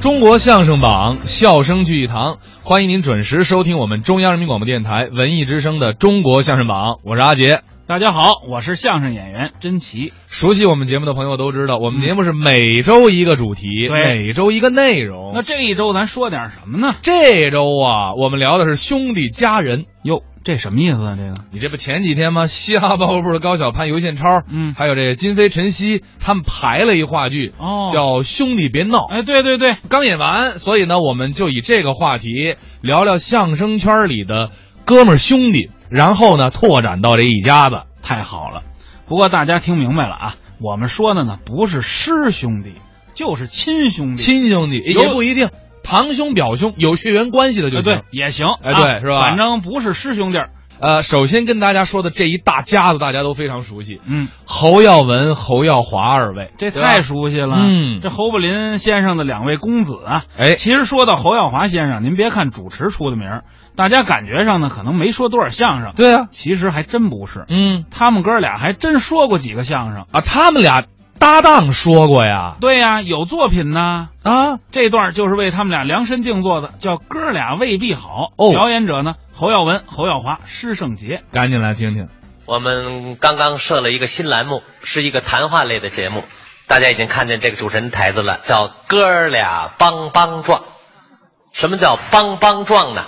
中国相声榜，笑声聚一堂，欢迎您准时收听我们中央人民广播电台文艺之声的《中国相声榜》，我是阿杰。大家好，我是相声演员甄奇。熟悉我们节目的朋友都知道，我们节目是每周一个主题，对每周一个内容。那这一周咱说点什么呢？这周啊，我们聊的是兄弟家人。哟，这什么意思啊？这个你这不前几天吗？ 嘻哈包袱部的高晓攀、尤宪超，嗯还有这个金飞、陈曦，他们排了一话剧，哦叫《兄弟别闹》。哎，对对对，刚演完，所以呢，我们就以这个话题聊聊相声圈里的哥们儿兄弟，然后呢，拓展到这一家子。太好了。不过大家听明白了啊，我们说的呢不是师兄弟，就是亲兄弟。亲兄弟有也不一定，堂兄、表兄有血缘关系的就哎行。对也行，哎啊对是吧反正不是师兄弟儿。呃，首先跟大家说的这一大家子，大家都非常熟悉，嗯，侯耀文、侯耀华二位，这对吧太熟悉了。嗯这侯宝林先生的两位公子啊。哎，其实说到侯耀华先生，您别看主持出的名儿，大家感觉上呢可能没说多少相声，对啊，其实还真不是。嗯他们哥俩还真说过几个相声。啊，他们俩搭档说过呀，对呀、有作品呐。啊，这段就是为他们俩量身定做的，叫《哥俩未必好》。哦表演者呢，侯耀文、侯耀华、施圣杰。赶紧来听听。啊我们刚刚设了一个新栏目，是一个谈话类的节目。大家已经看见这个主持人台子了，叫“哥俩帮帮撞”。什么叫帮帮撞呢？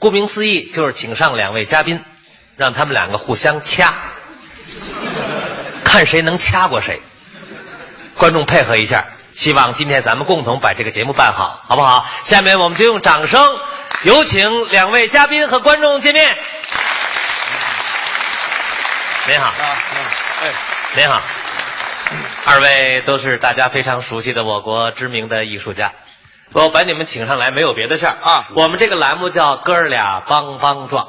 顾名思义，就是请上两位嘉宾，让他们两个互相掐，看谁能掐过谁。观众配合一下，希望今天咱们共同把这个节目办好，好不好？下面我们就用掌声，有请两位嘉宾和观众见面。您好。哎您好，二位都是大家非常熟悉的我国知名的艺术家。我把你们请上来没有别的事儿啊我们这个栏目叫“哥儿俩帮帮撞”，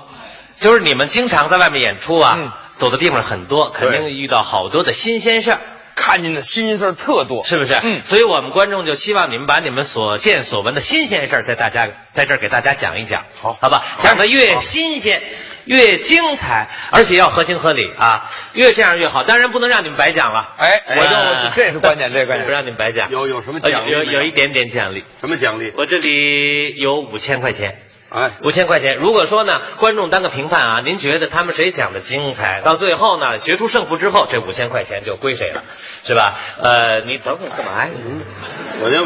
就是你们经常在外面演出啊，嗯走的地方很多，肯定遇到好多的新鲜事儿，看见的新鲜事儿特多。是不是？嗯所以我们观众就希望你们把你们所见所闻的新鲜事儿，在大家在这儿给大家讲一讲，好好吧？讲的越新鲜。越精彩，而且要合情合理啊！越这样越好，当然不能让你们白讲了。哎，我呃就这是关键，这是关不键。让你们白讲。有有什么呃奖励有没有有一点点奖励。什么奖励？我这里有五千块钱，哎，五千块钱。如果说呢，观众当个评判啊，您觉得他们谁讲的精彩，到最后呢，决出胜负之后，这五千块钱就归谁了，是吧？呃，你等会儿干嘛呀？嗯我这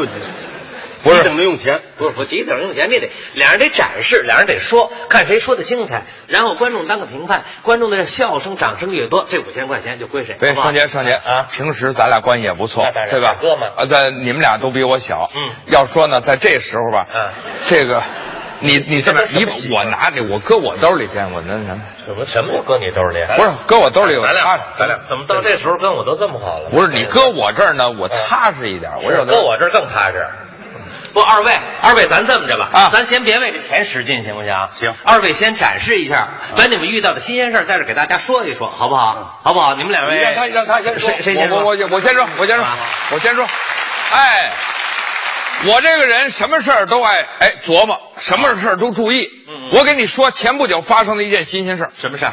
不是等着用钱，不是不急等用钱，你得俩人得展示，俩人得说，看谁说的精彩，然后观众当个评判，观众的笑声、掌声越多，这五千块钱就归谁。对，好不好双杰，双杰啊，平时咱俩关系也不错那当，然对吧大？哥嘛啊，在你们俩都比我小。嗯要说呢，在这时候吧，嗯，这个，你你这么这都你什么习我惯拿你，我搁我兜里先，我那什么，什么什么就搁你兜里？不是搁我兜里，我哎咱踏俩实，咱俩怎么到这时候跟我都这么好了？哎不是你搁我这儿呢，我踏实一点，我有是的搁我这儿更踏实。不，二位，二位，咱这么着吧，啊咱先别为这钱使劲，行不行？行啊二位先展示一下，把你们遇到的新鲜事儿在这儿给大家说一说，好不好？好不好？你们两嗯你位，让他让他哎先说，谁谁先我说？我我我先说，我先说啊，我先说，哎，我这个人什么事儿都爱哎琢磨，什么事儿都注意嗯嗯。我跟你说，前不久发生了一件新鲜事儿，什么事儿？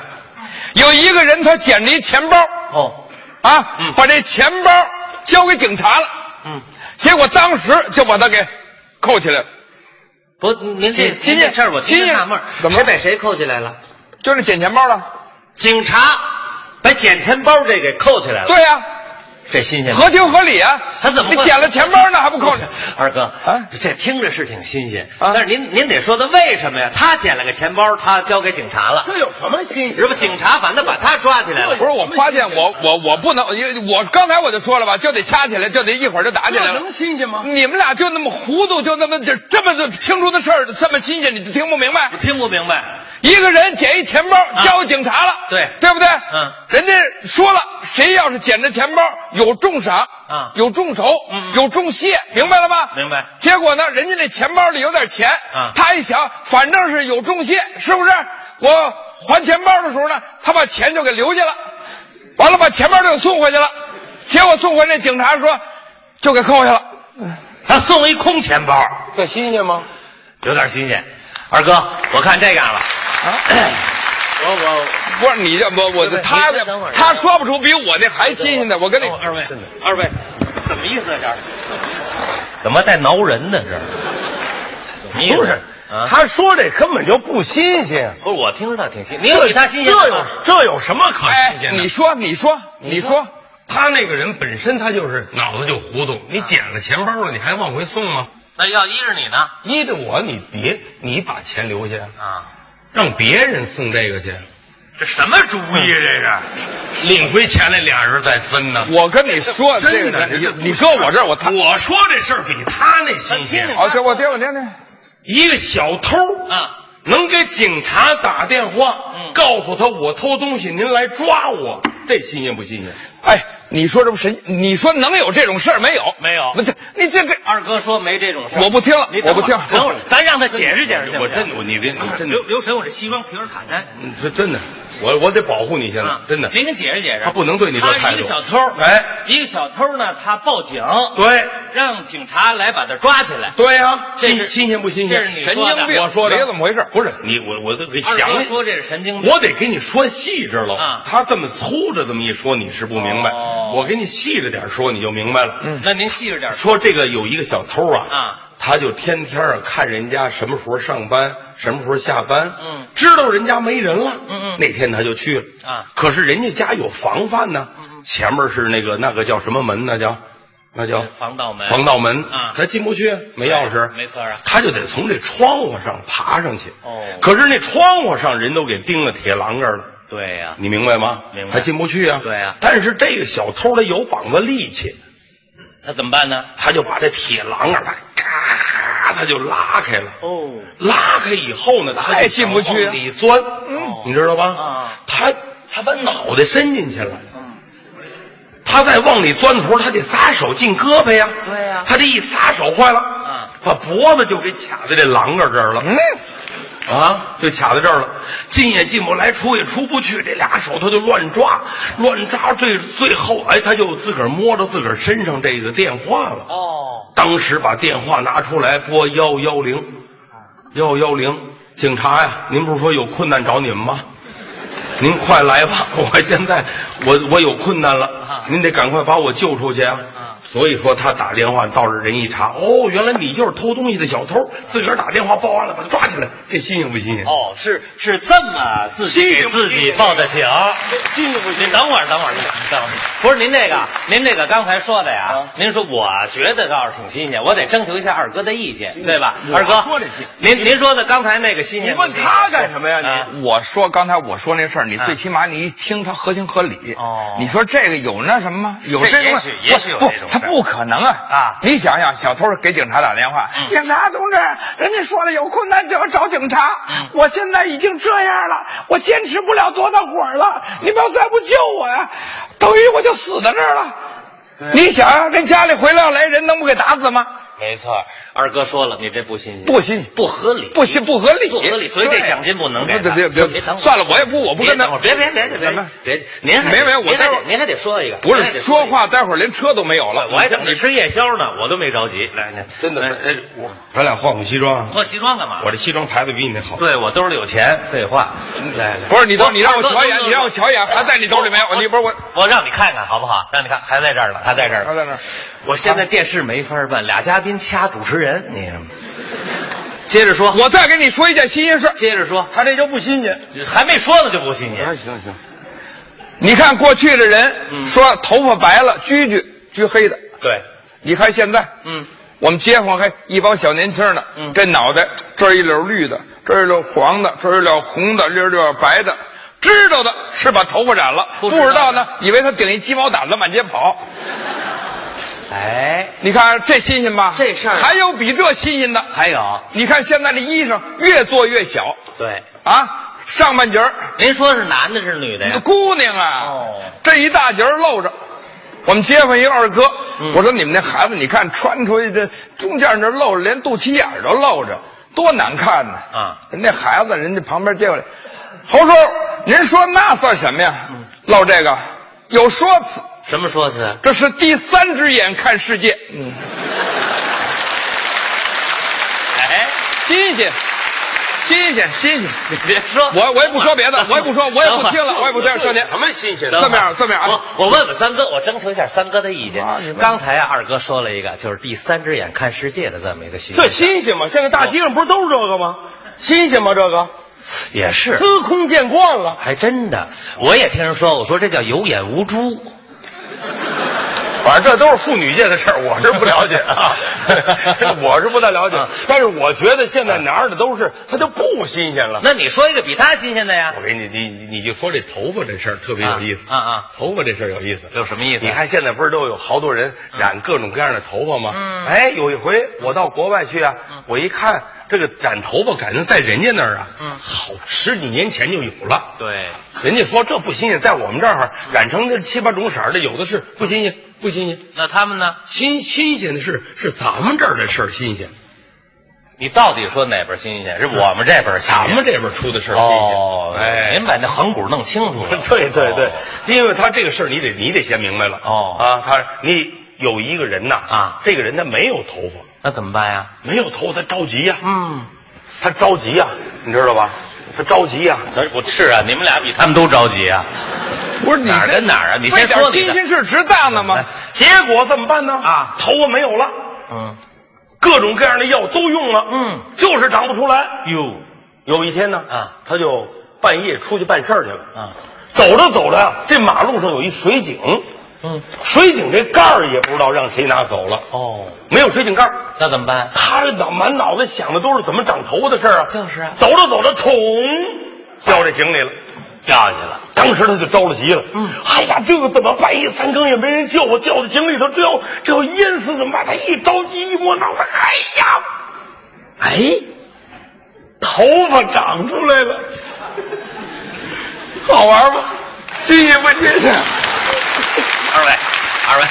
有一个人他捡着一钱包哦，啊嗯，把这钱包交给警察了，嗯，结果当时就把他给扣起来了，不，您这亲您这事儿我亲听着亲纳闷儿，怎么谁把谁扣起来了？就是捡钱包了。警察把捡钱包这给扣起来了。，对呀、这新鲜吗合情合理啊。他怎么会你捡了钱包呢还不扣你？ 二哥，啊这听着是挺新鲜，啊但是您您得说他为什么呀？他捡了个钱包，他交给警察了，有什么新是不？警察反正把他抓起来了。 不是我发现我我我不能，因为我刚才我就说了吧，就得掐起来，就得一会儿就打起来了。能新鲜吗？你们俩就那么糊涂，就那么这这么的清楚的事儿，这么新鲜，你就听不明白我。听不明白，一个人捡一钱包交给警察了，对对不对？嗯人家说了，谁要是捡着钱包有重赏啊有重酬，嗯嗯有重谢，明白了吗？明白结果呢，人家那钱包里有点钱啊他一想，反正是有重谢，是不是？我还钱包的时候呢，他把钱就给留下了，完了把钱包就给送回去了，结果送回去，警察说就给扣下了，他送一空钱包，这新鲜吗？有点新鲜。二哥，我看这样吧，啊。 我我不是你这我我不是他您的您等会儿哦他说哦不出比我那还新鲜的，我跟你二位，二位，什么意思啊？这怎么带挠人呢？这是不是啊，他说这根本就不新鲜。不是我听着倒挺新，你有比他新鲜这的有吗？这有什么可哎新鲜，的？你说，你说，你说，他那个人本身他就是脑子就糊涂，你捡了钱包了，你还往回送吗？啊那要依着你呢依着我，你别你把钱留下，啊！让别人送这个去，这什么主意？这个领回钱来，俩人再分呢。我跟你说，这个真的，你这你搁啊我这儿，我他，我说这事儿比他那新鲜。好，这我听我听听，一个小偷啊，能给警察打电话，告诉他我偷东西，您来抓我，这新鲜不新鲜？哎，你说这不神？你说能有这种事儿没有？没有不，这你这这，二哥说没这种事儿，我不听了你，我等不会儿听，等会儿，咱让他解释解释。行不我行真我你别你真的刘，刘神，我这西装皮儿坦然，你这真的，我我得保护你现在啊，真的，您跟解释解释。他不能对你这他态是一度个小偷，哎，一个小偷呢，他报警，对让警察来把他抓起来。对呀，这新是新鲜不新鲜这？是你神经病，我说的别怎么回事？不是你我我都给二想哥你说这是神经病，我得给你说细致了。啊他这么粗着这么一说，你是不明白。哦我给你细着点说，你就明白了。嗯，那您细致点说。说这个有一个小偷啊，啊，他就天天啊看人家什么时候上班，什么时候下班，嗯知道人家没人了，嗯嗯那天他就去了啊，嗯可是人家家有防范呢，前面是那个那个叫什么门？那叫那叫防盗门防盗门啊他进不去，哎没钥匙，没错啊他就得从这窗户上爬上去。哦可是那窗户上人都给钉了铁栏杆了。对呀、你明白吗？明白他进不去啊。对啊但是这个小偷他有膀子力气，那怎么办呢？他就把这铁栏杆儿，他嘎，他就拉开了。哦，拉开以后呢，他也就进不去啊想往里钻，嗯你知道吧？啊嗯他他把脑袋伸进去了。他再往里钻的时候，他得撒手进胳膊呀。对呀他这一撒手坏了，嗯把脖子就给卡在这栏杆这儿了。嗯，啊，就卡在这儿了，进也进不来，出也出不去，这俩手他就乱抓，乱抓，最最后，哎，他就自个儿摸着自个儿身上这个电话了。哦，当时把电话拿出来拨幺幺零，幺幺零，警察呀，您不是说有困难找你们 吗？您快来吧， 我现在我我有困难了啊，您得赶快把我救出去啊啊！所以说他打电话到这儿人一查，哦，原来你就是偷东西的小偷，自个儿打电话报案了，把他抓起来，这新鲜不新鲜？哦，是是这么自己给自己报的警。啊您等会儿，等会儿，您等会儿。不是您这个，您这个刚才说的啊呀，您说我觉得倒是挺新鲜，我得征求一下二哥的意见，对吧？二哥，您您说的刚才那个新鲜不新鲜，啊呃我说刚才我说那事儿，你啊最起码你一听它合情合理。哦你说这个有那什么吗？有这这种也吗许不也许有不这种，他事儿不可能啊！啊嗯你想想，小偷给警察打电话，警察同志，人家说了有困难就要找警察，嗯我现在已经这样了，我坚持不了多大会儿了，你们要再不救我呀，等于我就死在这儿了。你想想，这家里回来要来人，能不给打死吗？没错，二哥说了，你这不新鲜，不新鲜不合理，不行，不合理，不合理，所以这对奖金不能给他。别别别别等，会儿算了，我也不，我不跟别他等会儿别别别别别别，您还得没没我您还待会得儿您还得说一个，不您是还得说一个，话，待会儿连车都没有了。我还等着吃夜宵呢，我都没着急。来，您真的，哎，我咱俩换换西装啊，脱西装干嘛？我这西装牌子比你那好。对我兜里有钱，废话。来来，嗯不是你让你让我二哥瞧一眼，等等你让我瞧一眼，还在你兜里没有？你不是我，我让你看看好不好？让你看，还在这儿呢，还在这儿呢，还在这儿。啊我现在电视没法办，俩嘉宾掐主持人，你接着说，我再跟你说一件新鲜事儿。接着说，他这就不新鲜。还没说呢就不信你。哎，行行，你看过去的嗯人说头发白了，居居居黑的，对，你看现在，嗯，我们街坊还一帮小年轻的，嗯这脑袋这儿一绺绿的，这儿一绺黄的，这儿一绺红的，这儿一绺白的。知道的是把头发染了，不不知道的知道呢，以为他顶一鸡毛掸子满街跑。哎，你看这新鲜吧？这事儿还有比这新鲜的。还有，你看现在的衣裳越做越小对，啊，上半截儿，您说是男的是女的哎呀？姑娘啊，哦这一大截儿露着。我们街坊一个二哥，嗯我说你们那孩子，你看穿出去的中间这露着，连肚脐眼儿都露着，多难看呢！啊人那孩子，人家旁边接过来，侯叔，您说那算什么呀？嗯露这个有说辞，什么说辞？这是第三只眼看世界，嗯，哎，哎新鲜，新鲜新鲜。你别 说，我我也不说别的，我也不说，我也不听了，我也不听了，兄弟。什么新鲜这的？么样这么样啊我我问问三哥，我征求一下三哥的意见。啊你问刚才啊，二哥说了一个，就是第三只眼看世界的这么一个新闻，这新鲜吗？现在大街上不是都是这个吗？新鲜吗？这个也是，司空见惯了。还真的，我也听人说，我说这叫有眼无珠。反正这都是妇女界的事儿，我是不了解 啊，我是不太了解。啊但是我觉得现在拿着的都是，它就不新鲜了。那你说一个比他新鲜的呀？我给你，你你你就说这头发这事儿特别有意思啊啊啊头发这事儿有意思。有什么意思？啊你看现在不是都有好多人染各种各样的头发吗？嗯哎，有一回我到国外去啊，我一看这个染头发，感觉在人家那儿啊，嗯好十几年前就有了。对，人家说这不新鲜，在我们这儿嗯染成这七八种色儿的有的是，不新鲜，不新鲜。那他们呢？新新鲜的是是咱们这儿的事儿新鲜，你到底说哪边新鲜？是我们这边新鲜？咱们这边出的事儿新鲜。哎哦，哎，。您把那横骨弄清楚了 对对对哦，因为他这个事儿你得你得先明白了哦啊，他你有一个人呐啊这个人他没有头发，那怎么办呀？没有头发他着急呀，嗯，他着急呀，你知道吧？他着急呀，不是啊，你们俩比他们都着急啊。不是你哪儿这跟哪儿啊？你先费点说你新的。鲜事值当的吗？结果怎么办呢？啊，头发没有了，嗯，各种各样的药都用了，嗯，就是长不出来。哟，有一天呢，啊，他就半夜出去办事儿去了，啊，走着走着呀，这马路上有一水井，嗯，水井这盖儿也不知道让谁拿走了，哦，没有水井盖儿。那怎么办？他这脑满脑子想的都是怎么长头发的事儿啊，就是啊走着走着，捅掉这井里了，掉下去了。当时他就着了急了，嗯，哎呀，这个怎么半夜三更也没人救我，掉到井里头，这要这要淹死怎么办？他一着急一摸脑袋，哎呀，哎，头发长出来了，好玩吗？新鲜不新鲜？二位，二位，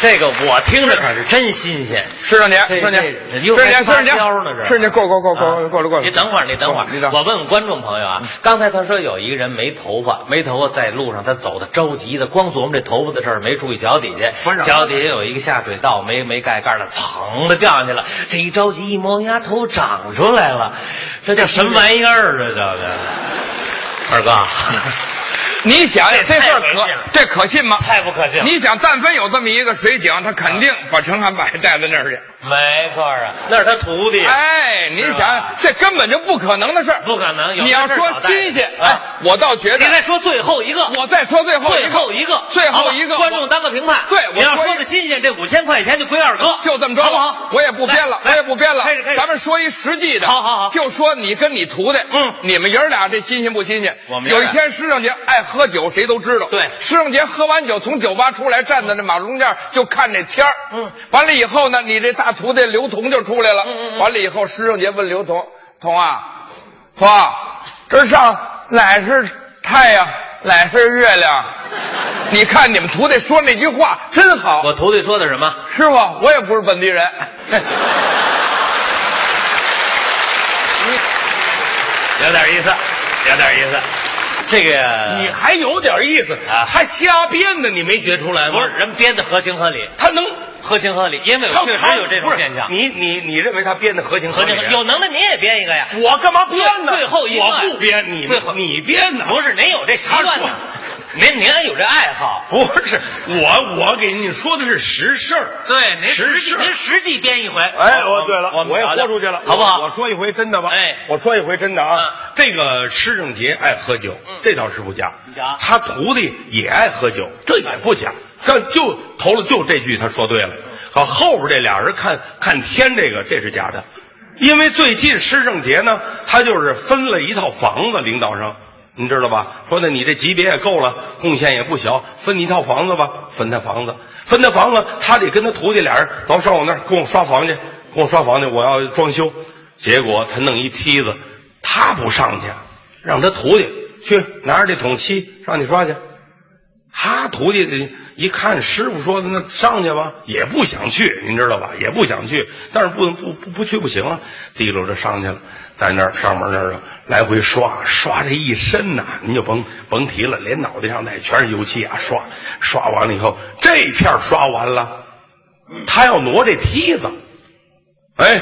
这个我听着可是真新鲜。是让您，这是让您，这是又让您，该是发让飙呢您，这是让您，过过过啊过过了过了。你等会儿，你等会儿，你等嗯会我儿。问问观众朋友啊，刚才他说有一个人没头发，没头发在路上，他走的着急的，光琢磨这头发的事儿，没注意脚底下，脚底下有一个下水道，没没盖盖儿了，噌的掉下去了。这一着急一摸，丫头长出来了，这叫什么玩意儿？啊这叫的，二 哥， 你想想这事太儿没可劲了这可信吗？太不可信了。你想，但凡有这么一个水井，他肯定把陈汉柏 带到那儿去。没错啊，那是他徒弟。哎，你想是吧想，这根本就不可能的事儿。不可能有你要这事说儿找代新鲜，啊哎，我倒觉得您，再说最后一个，我再说最后一最个，后一个，最后一个，好吧观众当个评判。对我你要说一说的新鲜，这五千块钱就归二哥，就这么着好吧不好？我也不编了，我来也不编了。开始开始，咱们说一实际的。好好好就说你跟你徒弟，嗯你们爷儿俩这新鲜不新鲜？我们爷儿有一俩天师胜杰爱喝酒，谁都知道。对师胜杰喝完酒从酒吧出来，站在那马路中间就看这天儿。嗯，完了以后呢，你这大徒弟刘同就出来了。嗯嗯嗯完了以后，师胜杰问刘同：“同啊，同啊，这上哪是太阳，哪是月亮？”你看你们徒弟说那句话真好，我徒弟说的什么？师傅，我也不是本地 人。有点意思，有点意思。这个你还有点意思啊他瞎编的，你没觉出来不吗是？人编的合情合理，他能合情合理，因为他确他实有这种不是现象。你你你认为他编的合情合合理啊情合？有能耐你也编一个呀。我干嘛编呢？最后一个我不编，你最后你编呢？不是您有这习惯他说呢，您您还有这爱好。不是我我给你说的是实事儿。对，您实实际事您实际编一回。哎，我我对了，我们也聊豁聊出去了，好不好？我说一回真的吧。哎我说一回真的啊嗯。这个施正杰爱喝酒，这倒是不假假。他徒弟也爱喝酒，这也不假。但就头了，就这句他说对了。可后边这俩人看看天，这个这是假的，因为最近施正杰呢，他就是分了一套房子，领导上。你知道吧？说的你这级别也够了，贡献也不小，分你一套房子吧，分他房子，分他房子，他得跟他徒弟俩人，走上我那儿跟我刷房去，跟我刷房去，我要装修。结果他弄一梯子，他不上去，让他徒弟去拿着这桶漆上去刷去。他徒弟一看师傅说的那上去吧，也不想去，您知道吧？也不想去，但是不能不不不去不行啊！提溜着上去了，在那儿上面那儿啊来回刷刷这一身呐、您就甭甭提了，连脑袋上带全是油漆啊，刷刷完了以后，这片儿刷完了，他要挪这梯子，哎，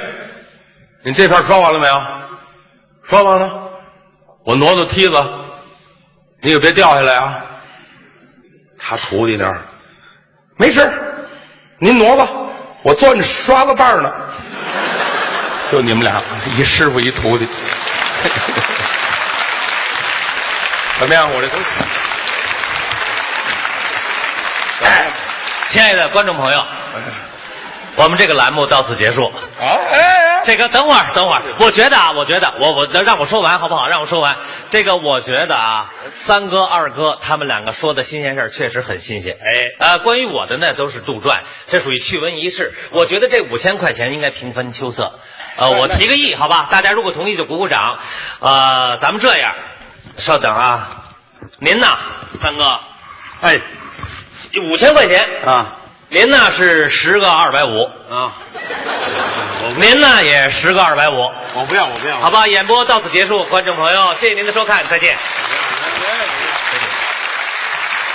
你这片儿刷完了没有？说完了，我挪挪梯子，你可别掉下来啊！他徒弟那儿，没事儿您挪吧，我攥着刷子把儿呢。 就你们俩，一师傅一徒弟， 怎么样？我这都亲爱的观众朋友，哎我们这个栏目到此结束。啊，哎哎， 这个等会儿，等会儿，我觉得啊，我觉得我我让我说完好不好？让我说完。这个我觉得啊，三哥、二哥他们两个说的新鲜事儿确实很新鲜。哎，呃，关于我的呢都是杜撰，这属于趣闻轶事。我觉得这五千块钱应该平分秋色。呃，我提个议，好吧？大家如果同意就鼓鼓掌。呃，咱们这样，稍等啊，您呐，三哥，哎，五千块钱啊您呢是十个二百五，啊，您呢也十个二百五。我不要，我不要，好吧，演播到此结束，观众朋友，谢谢您的收看，再见。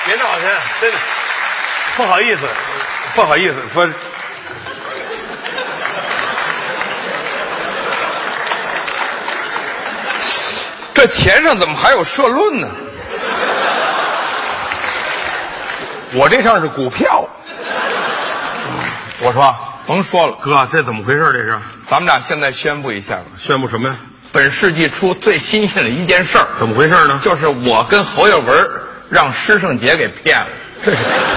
别闹去，真的不好意思，不好意思，说这钱上怎么还有社论呢？我这上是股票。我说啊，甭说了，哥，这怎么回事？这是咱们俩现在宣布一下吧，宣布什么呀？本世纪初最新鲜的一件事儿，怎么回事呢？就是我跟侯耀文让施圣杰给骗了。